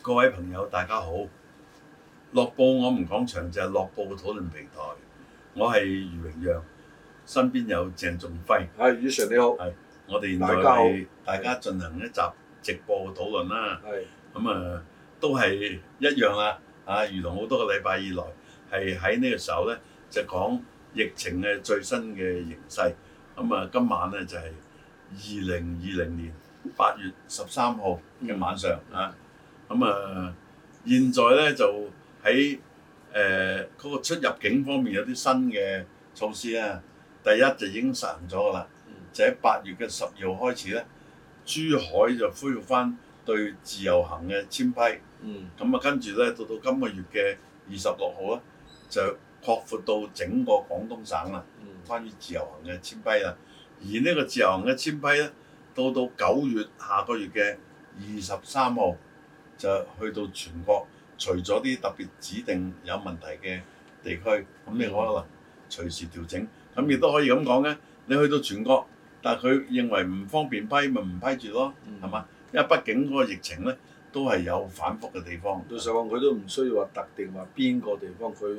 各位朋友，大家好！樂報我們講場就係樂報討論平台，我係余榮陽，身邊有鄭仲輝，係，啊宇常你好，我哋現在大家好為大家進行一集直播嘅討論啦。係咁啊，都係一樣啦。啊，如同好多個禮拜以來，係喺呢個時候咧，就講疫情嘅最新嘅形勢。咁啊，今晚咧就係二零二零年八月十三號嘅晚上啊。咁啊，現在咧就喺誒嗰個出入境方面有啲新嘅措施啦。第一就已經實行咗噶啦，就喺八月嘅十二號開始咧，珠海就恢復翻對自由行嘅簽批。嗯咁啊，跟住咧，到到今個月嘅二十六號咧，就擴闊到整個廣東省啦，嗯關於自由行嘅簽批啦。而呢個自由行嘅簽批咧，到到九月下個月嘅二十三號就去到全國，除咗啲特別指定有問題嘅地區，咁你可能隨時調整。咁亦都可以咁講嘅，你去到全國，但係佢認為唔方便批，咪唔批住咯，嗯係嘛？因為畢竟嗰個疫情咧都係有反覆嘅地方。老實講，佢都唔需要話特定話邊個地方，佢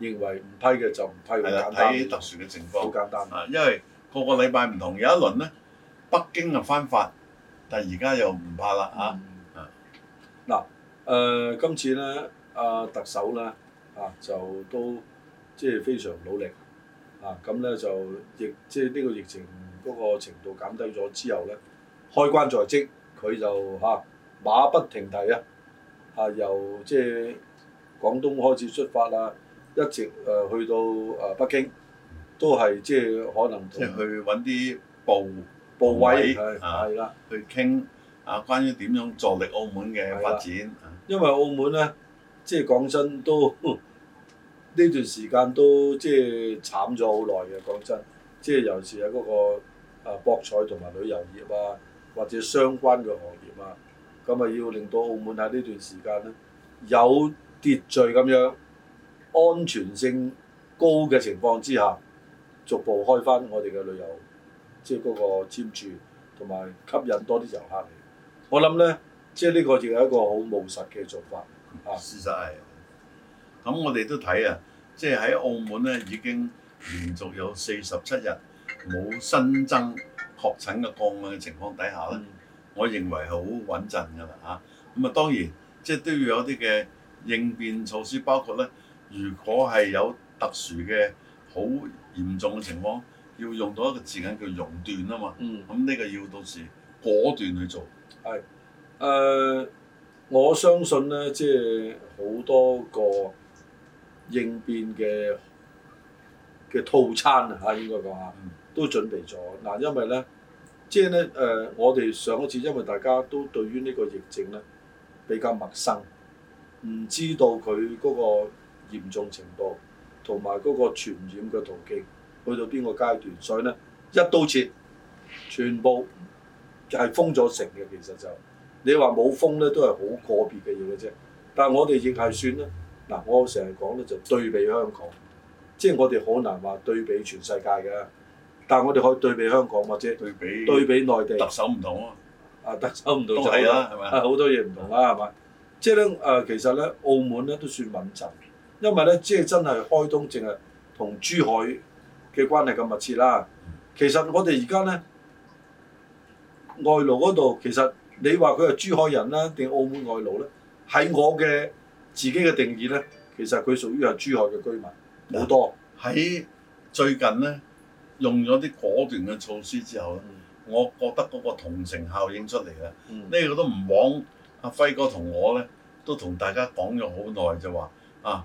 認為唔批嘅就唔批，好係啦，簡單睇特，殊嘅情好況簡單。啊，因為個個禮拜唔同，有一輪咧，北京啊翻發，但係而家又唔怕啦啊，嗯嗱，誒今次咧，阿特首咧啊就都即係非常努力啊，咁咧就疫即係呢個疫情嗰個程度減低咗之後咧，開關在即，佢就嚇、啊馬不停蹄啊，啊由即係廣東開始出發啊，一直誒、呃去到誒、呃北京，都係即係可能即係同去揾啲部部委係位啊係啦。去傾啊，關於點樣助力澳門嘅發展啊，因為澳門咧，即係講真都嗯呢段時間都即係慘咗好耐嘅。講真，即係尤其是喺嗰個啊博彩同埋旅遊業啊，或者相關嘅行業啊，咁啊要令到澳門喺呢段時間咧有秩序咁樣安全性高嘅情況之下，逐步開翻我哋嘅旅遊，即係嗰個簽注同埋吸引多啲遊客嚟。我諗咧，即係呢個亦係一個好務實嘅做法。啊事實係。咁我哋都睇啊，即係喺澳門咧已經連續有四十七日冇新增確診嘅個案嘅情況底嗯下咧。我認為好穩陣㗎啦嚇。咁啊，當然即係都要有啲嘅應變措施，包括咧，如果係有特殊嘅好嚴重嘅情況，要用到一個字眼叫熔斷啊嘛。嗯，咁呢個要到時果斷去做。誒、我相信咧，即係好多個應變嘅嘅套餐啊，嚇應該講下嗯都準備咗。嗱，因為咧，即係咧誒，我哋上一次因為大家都對於呢個疫症咧比較陌生，唔知道佢嗰個嚴重程度同埋嗰個傳染嘅途徑去到邊個階段，所以咧一刀切，全部係封咗城嘅，其實就。你話冇封咧，都係好個別嘅嘢嘅啫。但係我哋亦係算啦。嗱，我成日講咧就對比香港，即係我哋好難話對比全世界嘅，但係我哋可以對比香港或者對比對比內地特。首唔同啊嘛。啊，特首唔到都就係啦啦，係咪啊，好多嘢唔同啦，係咪？即係咧誒，其實咧，澳門咧都算穩陣，因為咧，即係真係開通，淨係同珠海嘅關係咁密切啦。其實我哋而家咧，外勞嗰度，其實你話佢係珠海人啦，定澳門外勞咧，喺我嘅自己嘅定義咧，其實佢屬於係珠海嘅居民，好多。喺最近咧用咗啲果斷嘅措施之後咧，我覺得嗰個同城效應出嚟啦。嗯呢個都唔枉阿輝哥同我咧，都同大家講咗好耐就話啊，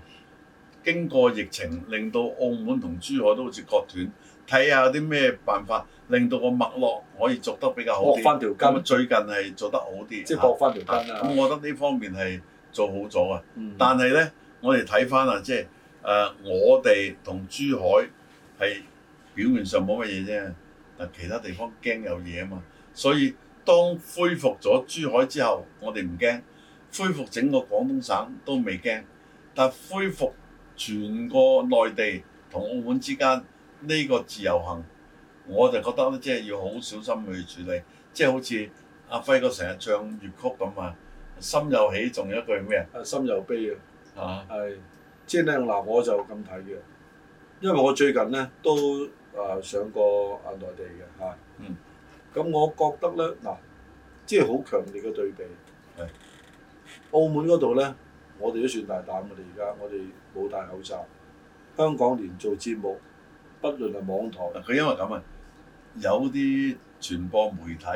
經過疫情令到澳門同珠海都好似割斷，睇下有啲咩辦法令到個脈絡可以做得比較好搏啲。翻條咁啊，筋，最近係做得好啲，即係啊搏翻條筋啊咁啦。我覺得呢方面係做好咗啊。嗯但係咧，我哋睇翻啊，即係誒、呃我哋同珠海係表面上冇乜嘢啫，但其他地方驚有嘢啊嘛。所以當恢復咗珠海之後，我哋唔驚；恢復整個廣東省都未驚，但恢復全個內地同澳門之間呢、個自由行，我就覺得咧，即係要好小心去處理，即係好似阿輝哥成日唱粵曲咁啊，心有喜，仲有一句係咩誒心有悲嘅，啊？係即係咧嗱，我就咁睇嘅，因為我最近咧都誒、呃上過啊內地嘅嚇，嗯，咁我覺得咧嗱，即係好強烈嘅對比，係澳門嗰度咧，我哋都算大膽嘅，而家我哋冇戴口罩，香港連做節目，不論係網台佢因為咁啊，有啲傳播媒體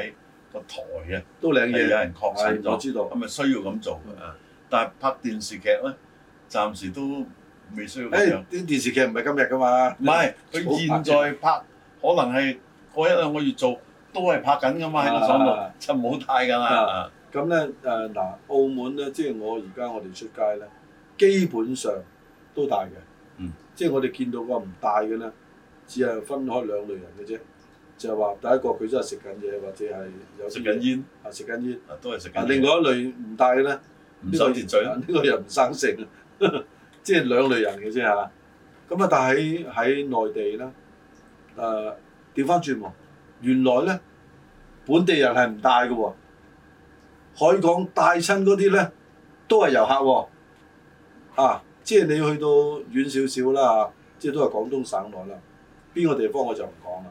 個台啊，都領係有嘢，人確診嗯係我嗯咗，知道咁。咪需要咁做嘅啊。但係拍電視劇咧，暫時都未需要誒咁樣。啲電視劇唔係今日㗎嘛，唔係，佢現在拍可能係過一兩個月做，都係拍緊噶嘛喺個廠啊度，就冇太㗎啦。啊咁咧誒嗱，澳門咧，即係我而家我哋出街咧，基本上都戴嘅。嗯。即係我哋見到個唔戴嘅咧，只係分開兩類人嘅啫。就係話第一個佢真係食緊嘢，或者係有食緊煙煙啊食緊煙。啊，都係食啊，緊煙，另外一類唔戴嘅咧，呢唔啊守秩個序啦。呢個又唔生性，啊 即係兩類人嘅啫嚇。咁啊，但係喺喺內地咧，誒調翻轉喎，原來咧本地人係唔帶嘅喎，海港帶親嗰啲咧都係遊客喎、啊，即係你去到遠少少啦嚇，即係都係廣東省內啦，邊個地方我就唔講啦。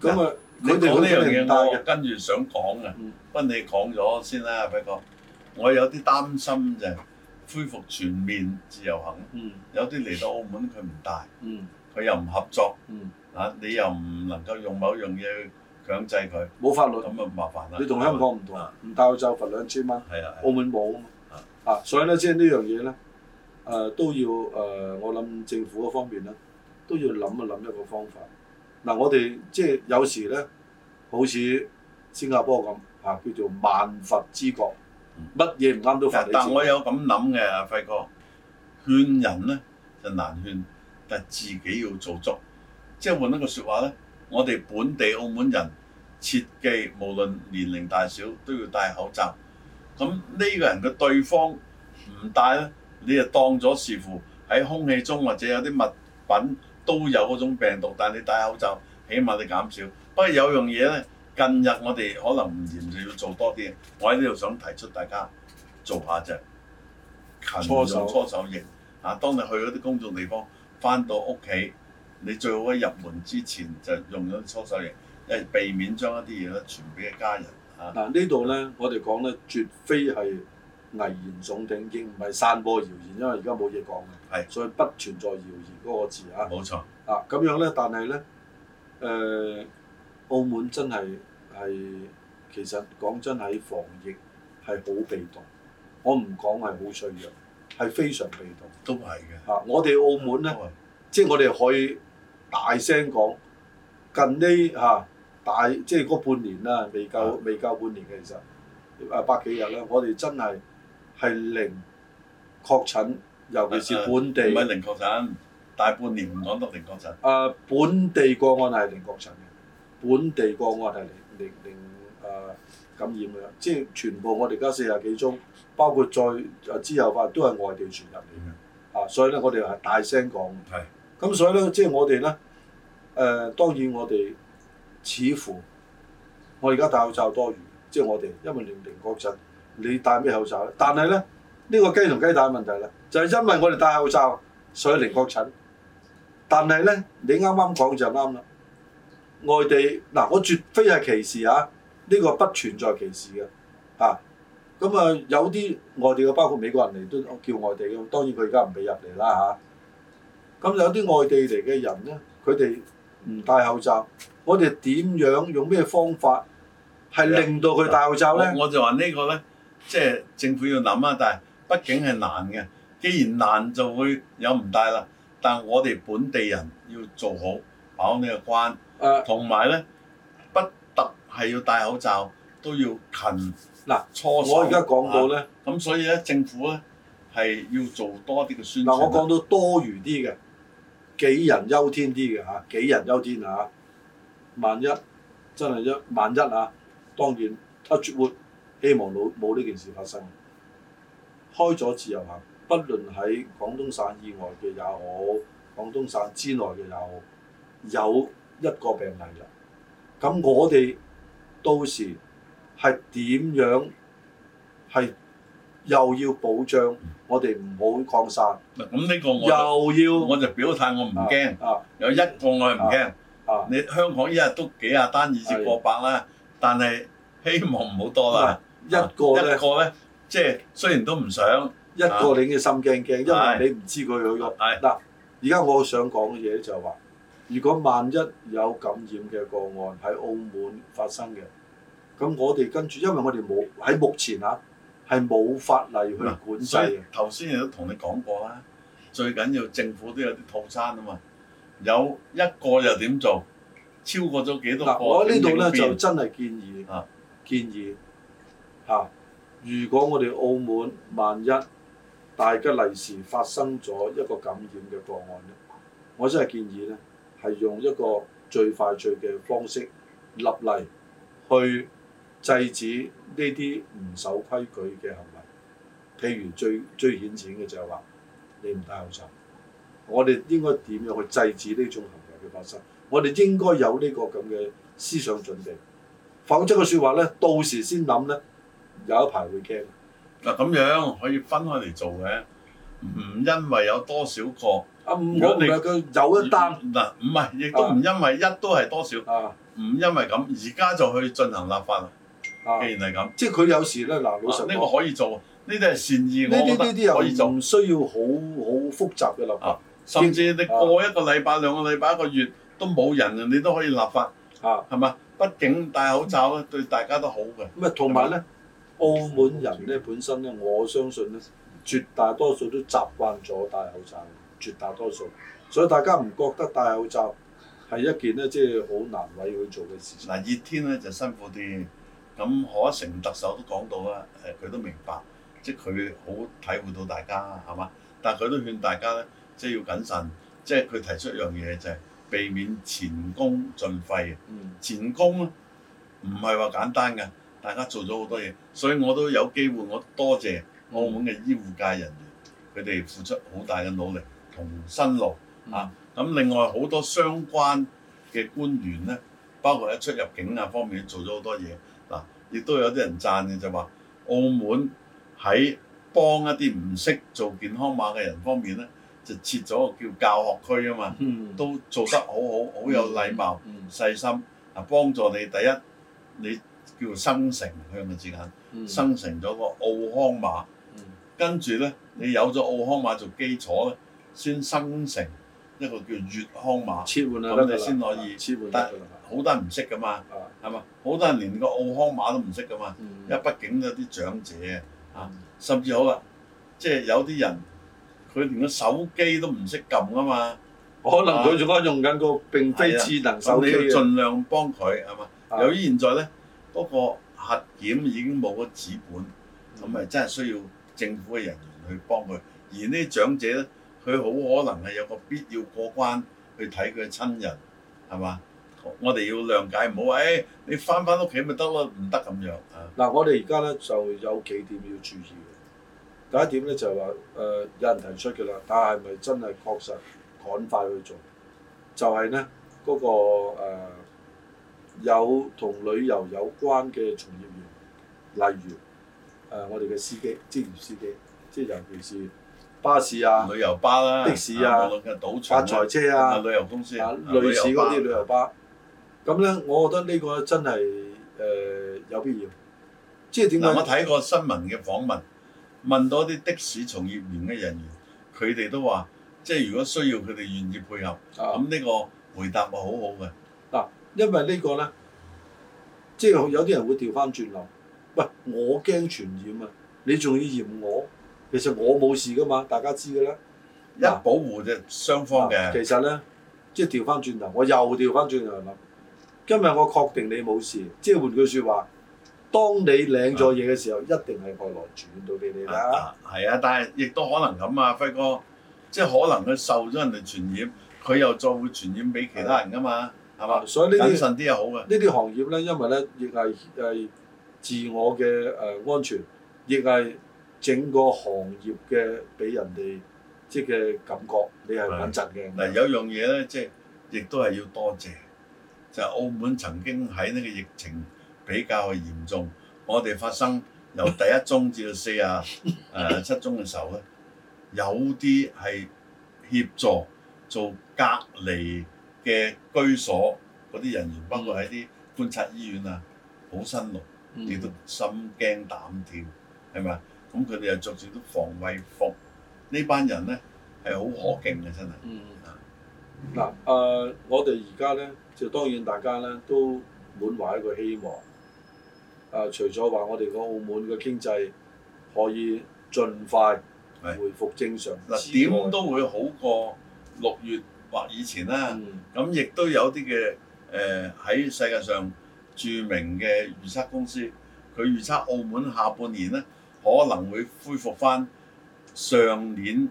咁啊，你佢哋講嗰呢樣啲係唔帶嘢，我嘅，跟住想講嘅嗯，不過你講咗先啦，輝哥。我有啲擔心就係恢復全面自由行，嗯有啲嚟到澳門佢唔帶，嗯佢又唔合作嗯，啊，你又唔能夠用某樣嘢去強制佢，冇法律，咁啊麻煩啦。你同香港唔同，唔帶口罩罰兩千蚊。係啊，係澳啊門冇啊嘛，啊，所以咧，即係呢樣嘢咧，誒、都要誒、我諗政府嗰方面咧，都要諗一諗一個方法。嗱、我哋即係有時咧，好似新加坡咁啊，叫做萬佛之國嗯，乜嘢唔啱都罰但你但我錢。有咁諗嘅，阿輝哥，勸人咧就難勸，但係自己要做足。即係換一個説話咧，我哋本地澳門人切記，無論年齡大小都要戴口罩。咁呢個人嘅對方唔戴咧，你就當咗視乎喺空氣中或者有啲物品都有嗰種病毒，但係你戴口罩，起碼你減少。不過有樣嘢咧，近日我哋可能唔嚴就要做多啲，我喺呢度想提出大家做下就係勤搓用手搓手液啊！當你去嗰啲公眾地方，翻到屋企，你最好喺入門之前就用咗搓手液，因為避免將一啲嘢咧傳俾家人啊。嗱、呢度咧，我哋講咧，絕非係危言聳聽，亦唔係散播謠言，因為而家冇嘢講嘅，係所以不存在謠言嗰個字啊。冇錯，啊，咁樣咧，但係咧，誒、澳門真係係其實講真喺防疫係好被動，我唔講係好脆弱，係非常被動。都係嘅。啊啊，我哋澳門嗯咧，即係我哋可以大聲講，近呢嚇、啊大即係嗰半年啦，未啊夠未夠半年嘅其實，誒百幾日啦，我哋真係係零確診，尤其是啊啊本唔地。係零確診，大半年唔講得零確診，誒、啊本地個案係零確診嘅，本地個案係零零零誒、感染嘅，即係全部我哋而家四十幾宗，包括再誒、之後發都係外地傳入嚟嘅，啊，所以咧我哋係大聲講嘅，係咁所以咧即係我哋咧誒，當然我哋似乎我而家戴口罩多餘，即係我哋因為零零確診，你戴咩口罩咧？但係咧呢、個雞同雞蛋問題咧，就係、因為我哋戴口罩，所以零確診。但係咧，你啱啱講就啱啦。外地嗱，我絕非係歧視啊，呢、個不存在歧視嘅啊。咁啊，有啲外地嘅，包括美國人嚟都叫外地嘅，當然佢而家唔俾入嚟啦嚇。咁、有啲外地嚟嘅人咧，佢哋唔戴口罩，我哋點樣用咩方法係令到佢戴口罩咧？我我就話呢個咧，即係政府要諗啊，但係畢竟係難嘅。既然難，就會有唔帶啦。但係我哋本地人要做好把好呢個關，誒、同埋咧不特係要戴口罩，都要勤嗱搓手。我而家講到啊咧。咁所以咧政府咧係要做多啲嘅宣傳啊啦。嗱，我講到多餘啲嘅，杞人憂天啲嘅嚇，杞人憂天啊！萬一真係一萬一啊，當然 touch wood，希望冇冇呢件事發生。開咗自由行，不論喺廣東省以外嘅也好，廣東省之內嘅也好，有一個病例啦。咁我哋到時係點樣係又要保障我哋唔好擴散，嗱咁呢個又我就要我就表態我唔驚，啊有一個我係唔驚。啊！你香港一日都幾廿單，以至過百啦，但係希望唔好多啦。一個啊一咧，個咧，即係雖然都唔想，一個你已經心驚驚，係因為你唔知佢去咗係嗱，而家我想講嘅嘢就係話，如果萬一有感染嘅個案喺澳門發生嘅，咁我哋跟住，因為我哋冇喺目前啊，係冇法例去管制所啊以嘅。頭先亦都同你講過啦。最緊要政府都有啲套餐啊嘛，有一個又點做？超過咗幾多個？嗱，我呢度咧點就應變真係建議啊，建議嚇、啊如果我哋澳門萬一大吉利是發生咗一個感染嘅個案咧，我真係建議咧係用一個最快最嘅方式立例去制止呢啲唔守規矩嘅行為。譬如最最顯淺嘅就係話你唔戴口罩，我哋應該點樣去制止呢種行為嘅發生？我哋應該有呢個咁嘅思想準備，否則嘅説話咧，到時先諗咧，有一排會驚。嗱咁樣可以分開嚟做嘅，唔因為有多少個。啊，唔如我果唔你係佢啊有一單嗱，唔係，亦都唔因為一都係多少，啊唔因為咁，而家就去進行立法啦。啊，既然係咁，啊即係佢有時咧嗱，老實嗯呢個講，可以做，呢啲係善意，呢我覺啲呢啲得可以又做。唔需要好好複雜嘅立法甚至你過一個禮拜、兩個禮拜、一個月都冇人，你都可以立法，啊。係嘛？畢竟戴口罩咧，對大家都好嘅。咁啊，同埋咧，澳門人咧本身咧，我相信咧，絕大多數都習慣咗戴口罩，絕大多數，所以大家唔覺得戴口罩係一件咧，即係好難為去做嘅事情。嗱，熱天咧就辛苦啲。咁何一成特首都講到啦，誒佢都明白，即係佢好體會到大家係嘛，但係佢都勸大家咧，即係要謹慎，即係佢提出一樣嘢就係避免前功盡廢。嗯，前功咧啊唔係話簡單㗎，大家做咗好多嘢，所以我都有機會，我多謝澳門嘅醫護界人員，佢哋付出好大嘅努力同辛勞。啊，咁另外好多相關嘅官員咧，包括喺出入境啊方面做咗好多嘢。嗱、亦都有啲人讚嘅就話，澳門喺幫一啲唔識做健康碼嘅人方面咧，就設咗個叫教學區啊嘛，嗯，都做得好好，好有禮貌、嗯，細心啊，幫助你第一，你叫做生成香嘅字眼，嗯，生成咗個澳康碼。嗯跟住咧，你有咗澳康碼做基礎咧，先生成一個叫粵康碼。切換啊，咁你先可以切換但得㗎啦好多人唔識噶嘛，啊，係嘛？好多人連個澳康碼都唔識噶嘛，嗯因為畢竟有啲長者啊，甚至好啦，即係有啲人佢連個手機都唔識撳噶嘛，可能佢仲喺用緊個並非係啊智能手咁機你要啊盡量幫佢係嘛？啊由於現在咧嗰、個核檢已經冇咗紙本，嗯咁咪真係需要政府嘅人員去幫佢。而呢啲長者咧，佢好可能係有個必要過關去睇佢嘅親人，係嘛？我哋要諒解，唔好話誒你翻返屋企咪得咯，唔得咁樣啊！嗱，我哋而家咧就有幾點要注意嘅。第一點咧就係話誒呃有人提出嘅啦，但係咪真係確實趕快去做？就係咧嗰個、呃、有同旅遊有關嘅從業員，例如誒、呃我哋嘅司機、職業司機，即係尤其是巴士啊、旅遊巴啦、的士啊無論嘅賭場發啊財車啊、啊。旅遊公司啊，類似嗰啲旅遊巴巴。咁咧，我覺得呢個真係誒、呃有必要。即係點嗱，我解？睇過新聞嘅訪問，問到啲的士從業員嘅人員，佢哋都話，即係如果需要，佢哋願意配合。啊，咁呢個回答我好好嘅。因為呢個咧，即係有啲人會調翻轉流。喂，我驚傳染啊！你仲要嫌我？其實我冇事噶嘛，大家知㗎啦。一保護就雙方啊嘅其，實咧，即係調翻轉頭，我又調翻轉頭諗，今日我確定你冇事，即係換句説話，當你領咗嘢嘅時候，一定係外來傳染到俾你啦。啊係啊，但係亦都可能咁啊，輝哥，即係可能佢受咗人哋傳染，佢又再會傳染俾其他人噶嘛，係嘛？啊所以呢謹啲慎啲係好嘅。呢啲行業咧，因為咧亦係誒自我嘅誒、呃安全，亦係整個行業嘅俾人哋即係嘅感覺，你係穩陣 嘅。嗱，有樣嘢咧，即係亦都係要多謝，就係、澳門曾經喺呢個疫情比較嚴重，我哋發生由第一宗至到四啊誒七宗嘅時候咧，有啲係協助做隔離嘅居所嗰啲人員，包括喺啲觀察醫院啊，好辛勞，亦都心驚膽跳，係咪啊？咁佢哋又着住啲防衞服，呢班人咧係好可敬嘅，真係。嗯，嗱，誒、呃我哋而家咧就當然大家咧都滿懷一個希望。誒、啊除咗話我哋個澳門嘅經濟可以盡快係回復正常之外，嗱點都會好過六月或以前啦。嗯咁亦都有啲嘅誒喺世界上著名嘅預測公司，佢預測澳門下半年咧可能會恢復翻上年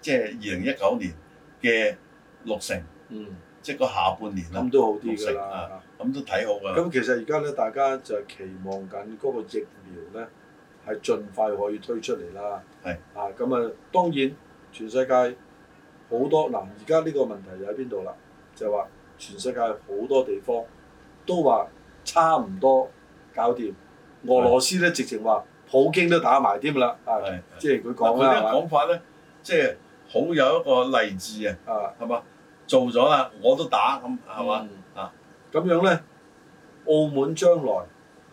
即係二零一九年嘅六成，嗯，即係個下半年啦咁，都好啲六㗎成啦啊。咁都睇好㗎啦。咁其實而家咧，大家就係期望緊嗰個疫苗咧係盡快可以推出嚟啦。係啊，咁啊，當然全世界好多嗱，而家呢個問題就喺邊度啦？就係話全世界好多地方都話差唔多搞掂，俄羅斯咧直情話普京都打埋添啦。啊，係即係嗱，佢講佢呢啦個係嘛，講法咧，即係好有一個勵志啊，啊係嘛？做咗啦，我都打咁係嘛？？嗯啊，咁樣咧，澳門將來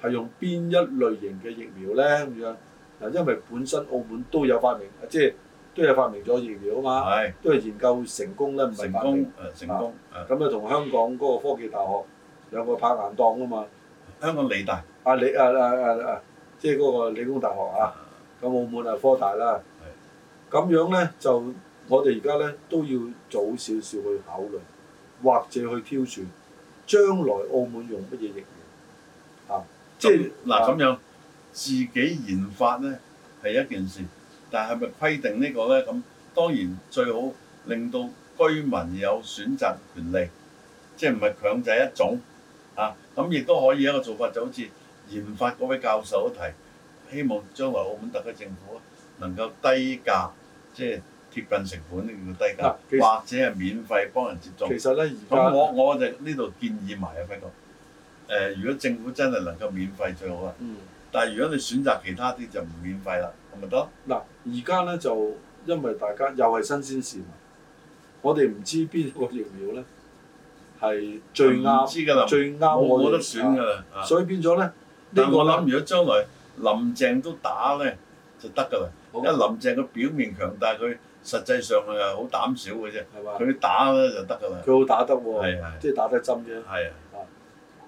係用邊一類型嘅疫苗咧？咁樣嗱，因為本身澳門都有發明，啊即係都有發明咗疫苗啊嘛，係都係研究成功咧，唔係成發功明。誒成功呃誒，咁啊，同香港嗰個科技大學兩個拍硬檔啊嘛。香港理大啊理啊啊啊啊，即係嗰個理工大學啊。咁澳門啊科大啦，咁樣咧就我哋而家咧都要早少少去考慮，或者去挑選將來澳門用乜嘢疫苗啊？即係咁嗱咁樣自己研發咧係一件事，但係咪規定呢個咧？咁當然最好令到居民有選擇權利，即係唔係強制一種啊？咁亦都可以一個做法，就好似研發嗰位教授都提，希望將來澳門特區政府能夠低價，即係貼近成本呢叫低價嗱，其實或者係免費幫人接種其。實咧而咁家我我就呢度建議埋啊，輝哥。誒、呃如果政府真係能夠免費最好啦，啊嗯但係如果你選擇其他啲就唔免費啦，咁咪得？嗱，而家咧就因為大家又係新鮮事物，我哋唔知邊個疫苗咧係最唔啱知㗎啦，最啱冇我哋冇得選㗎啊啦。啊所以變咗咧呢但個我諗咧如果將來林鄭都打咧就得㗎啦，因為好林鄭佢表面強大，佢實際上係好膽小嘅啫，係嘛？佢打咧就得㗎啦。佢好打得喎，係係即係打得針啫。係啊，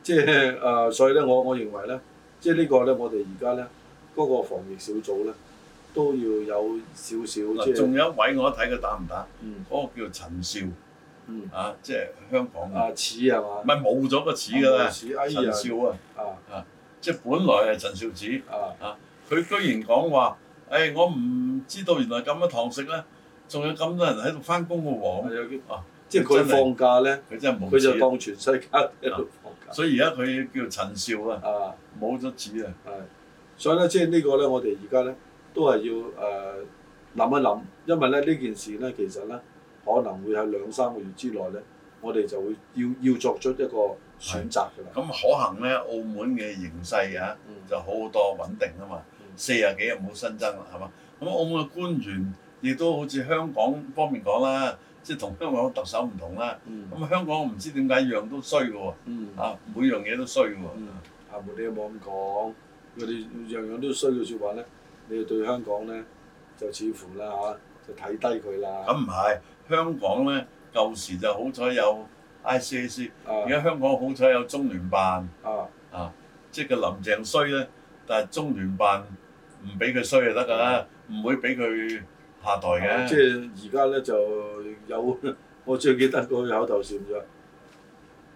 即係誒、呃所以咧，我我認為咧，即係呢個咧，我哋而家咧嗰個防疫小組咧，都要有少少即嗱，仲係有一位我睇佢打唔打，嗯嗰、個叫陳少嗯啊，即係香港嘅，啊似係唔嘛？係冇咗個似㗎啦，似哎陳呀少啊。啊即係本來係陳少子，啊佢居然講話：，誒、我唔知道原來咁嘅堂食咧，仲有咁多人喺度翻工嘅喎。有啲啊即係佢真係啊放假咧，佢真係佢冇就子，當全世界喺度放假所以而家佢叫陳少啊，啊冇咗子啊。係，所以咧即係呢個咧，我哋而家咧都係要誒諗、一諗，因為咧呢件事咧其實咧可能會喺兩三個月之內咧，我哋就會要要作出一個選擇㗎啦。咁可行咧，澳門嘅形勢啊，嗯就好多穩定啊嘛嗯，四啊幾日冇新增啦，係嘛？咁澳門嘅官員亦都好似香港方面講啦，即係同香港特首唔同啦。嗯咁香港唔知點解樣都衰嘅喎，嗯啊每樣嘢都衰嘅喎。嗯，阿門你有冇咁講？佢哋樣樣都衰嘅説話咧，你就對香港咧就似乎啦嚇、就睇低佢啦。咁唔係，香港咧舊時就好彩有 ICAC，而啊家香港好彩有中聯辦啊，啊，即係個林鄭衰咧，但係中聯辦唔俾佢衰就得㗎啦，唔會俾佢下台嗯哦即嘅。係而家咧就有，我最記得個口頭禪就係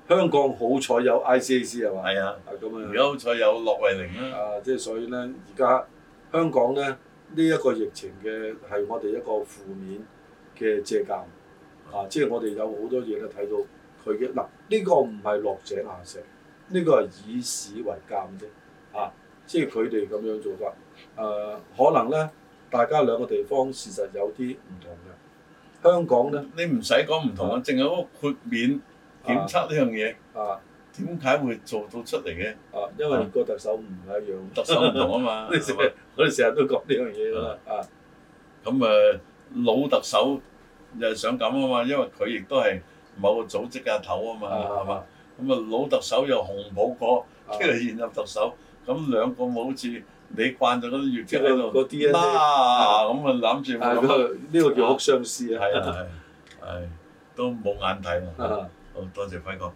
香港好彩有 ICAC 係嘛？係啊，啊咁啊而。家好彩有駱惠寧啦，啊，即係所以咧，而家香港咧呢呢一、個疫情嘅係我哋一個負面嘅借鑑啊，即係我哋有好多嘢咧睇到佢嘅嗱，呢、個唔係落井下石，呢、個係以史為鑑啫啊，即係佢哋咁樣做法。誒、可能咧大家兩個地方事實有啲唔同嘅，香港咧你唔使講唔同啊，淨係嗰個豁免檢測呢樣嘢，啊，點解會做到出嚟嘅？啊，因為個特首唔係一樣，特首唔同啊 嘛，我哋係成嘛日我哋成日都講呢樣嘢㗎啦，啊，咁誒老特首又係想咁啊嘛，因為佢亦都係某個組織嘅頭啊嘛，係嘛？咁啊老特首又紅寶過，啊跟住現任特首，咁兩個冇好似你慣咗嗰啲粵劇喺嗰度嗰 DNA 嗱咁啊攬住啊，我咁啊，個呢個叫哭相思啊，係啊係啊，係都冇眼睇啊！啊。好多謝輝哥。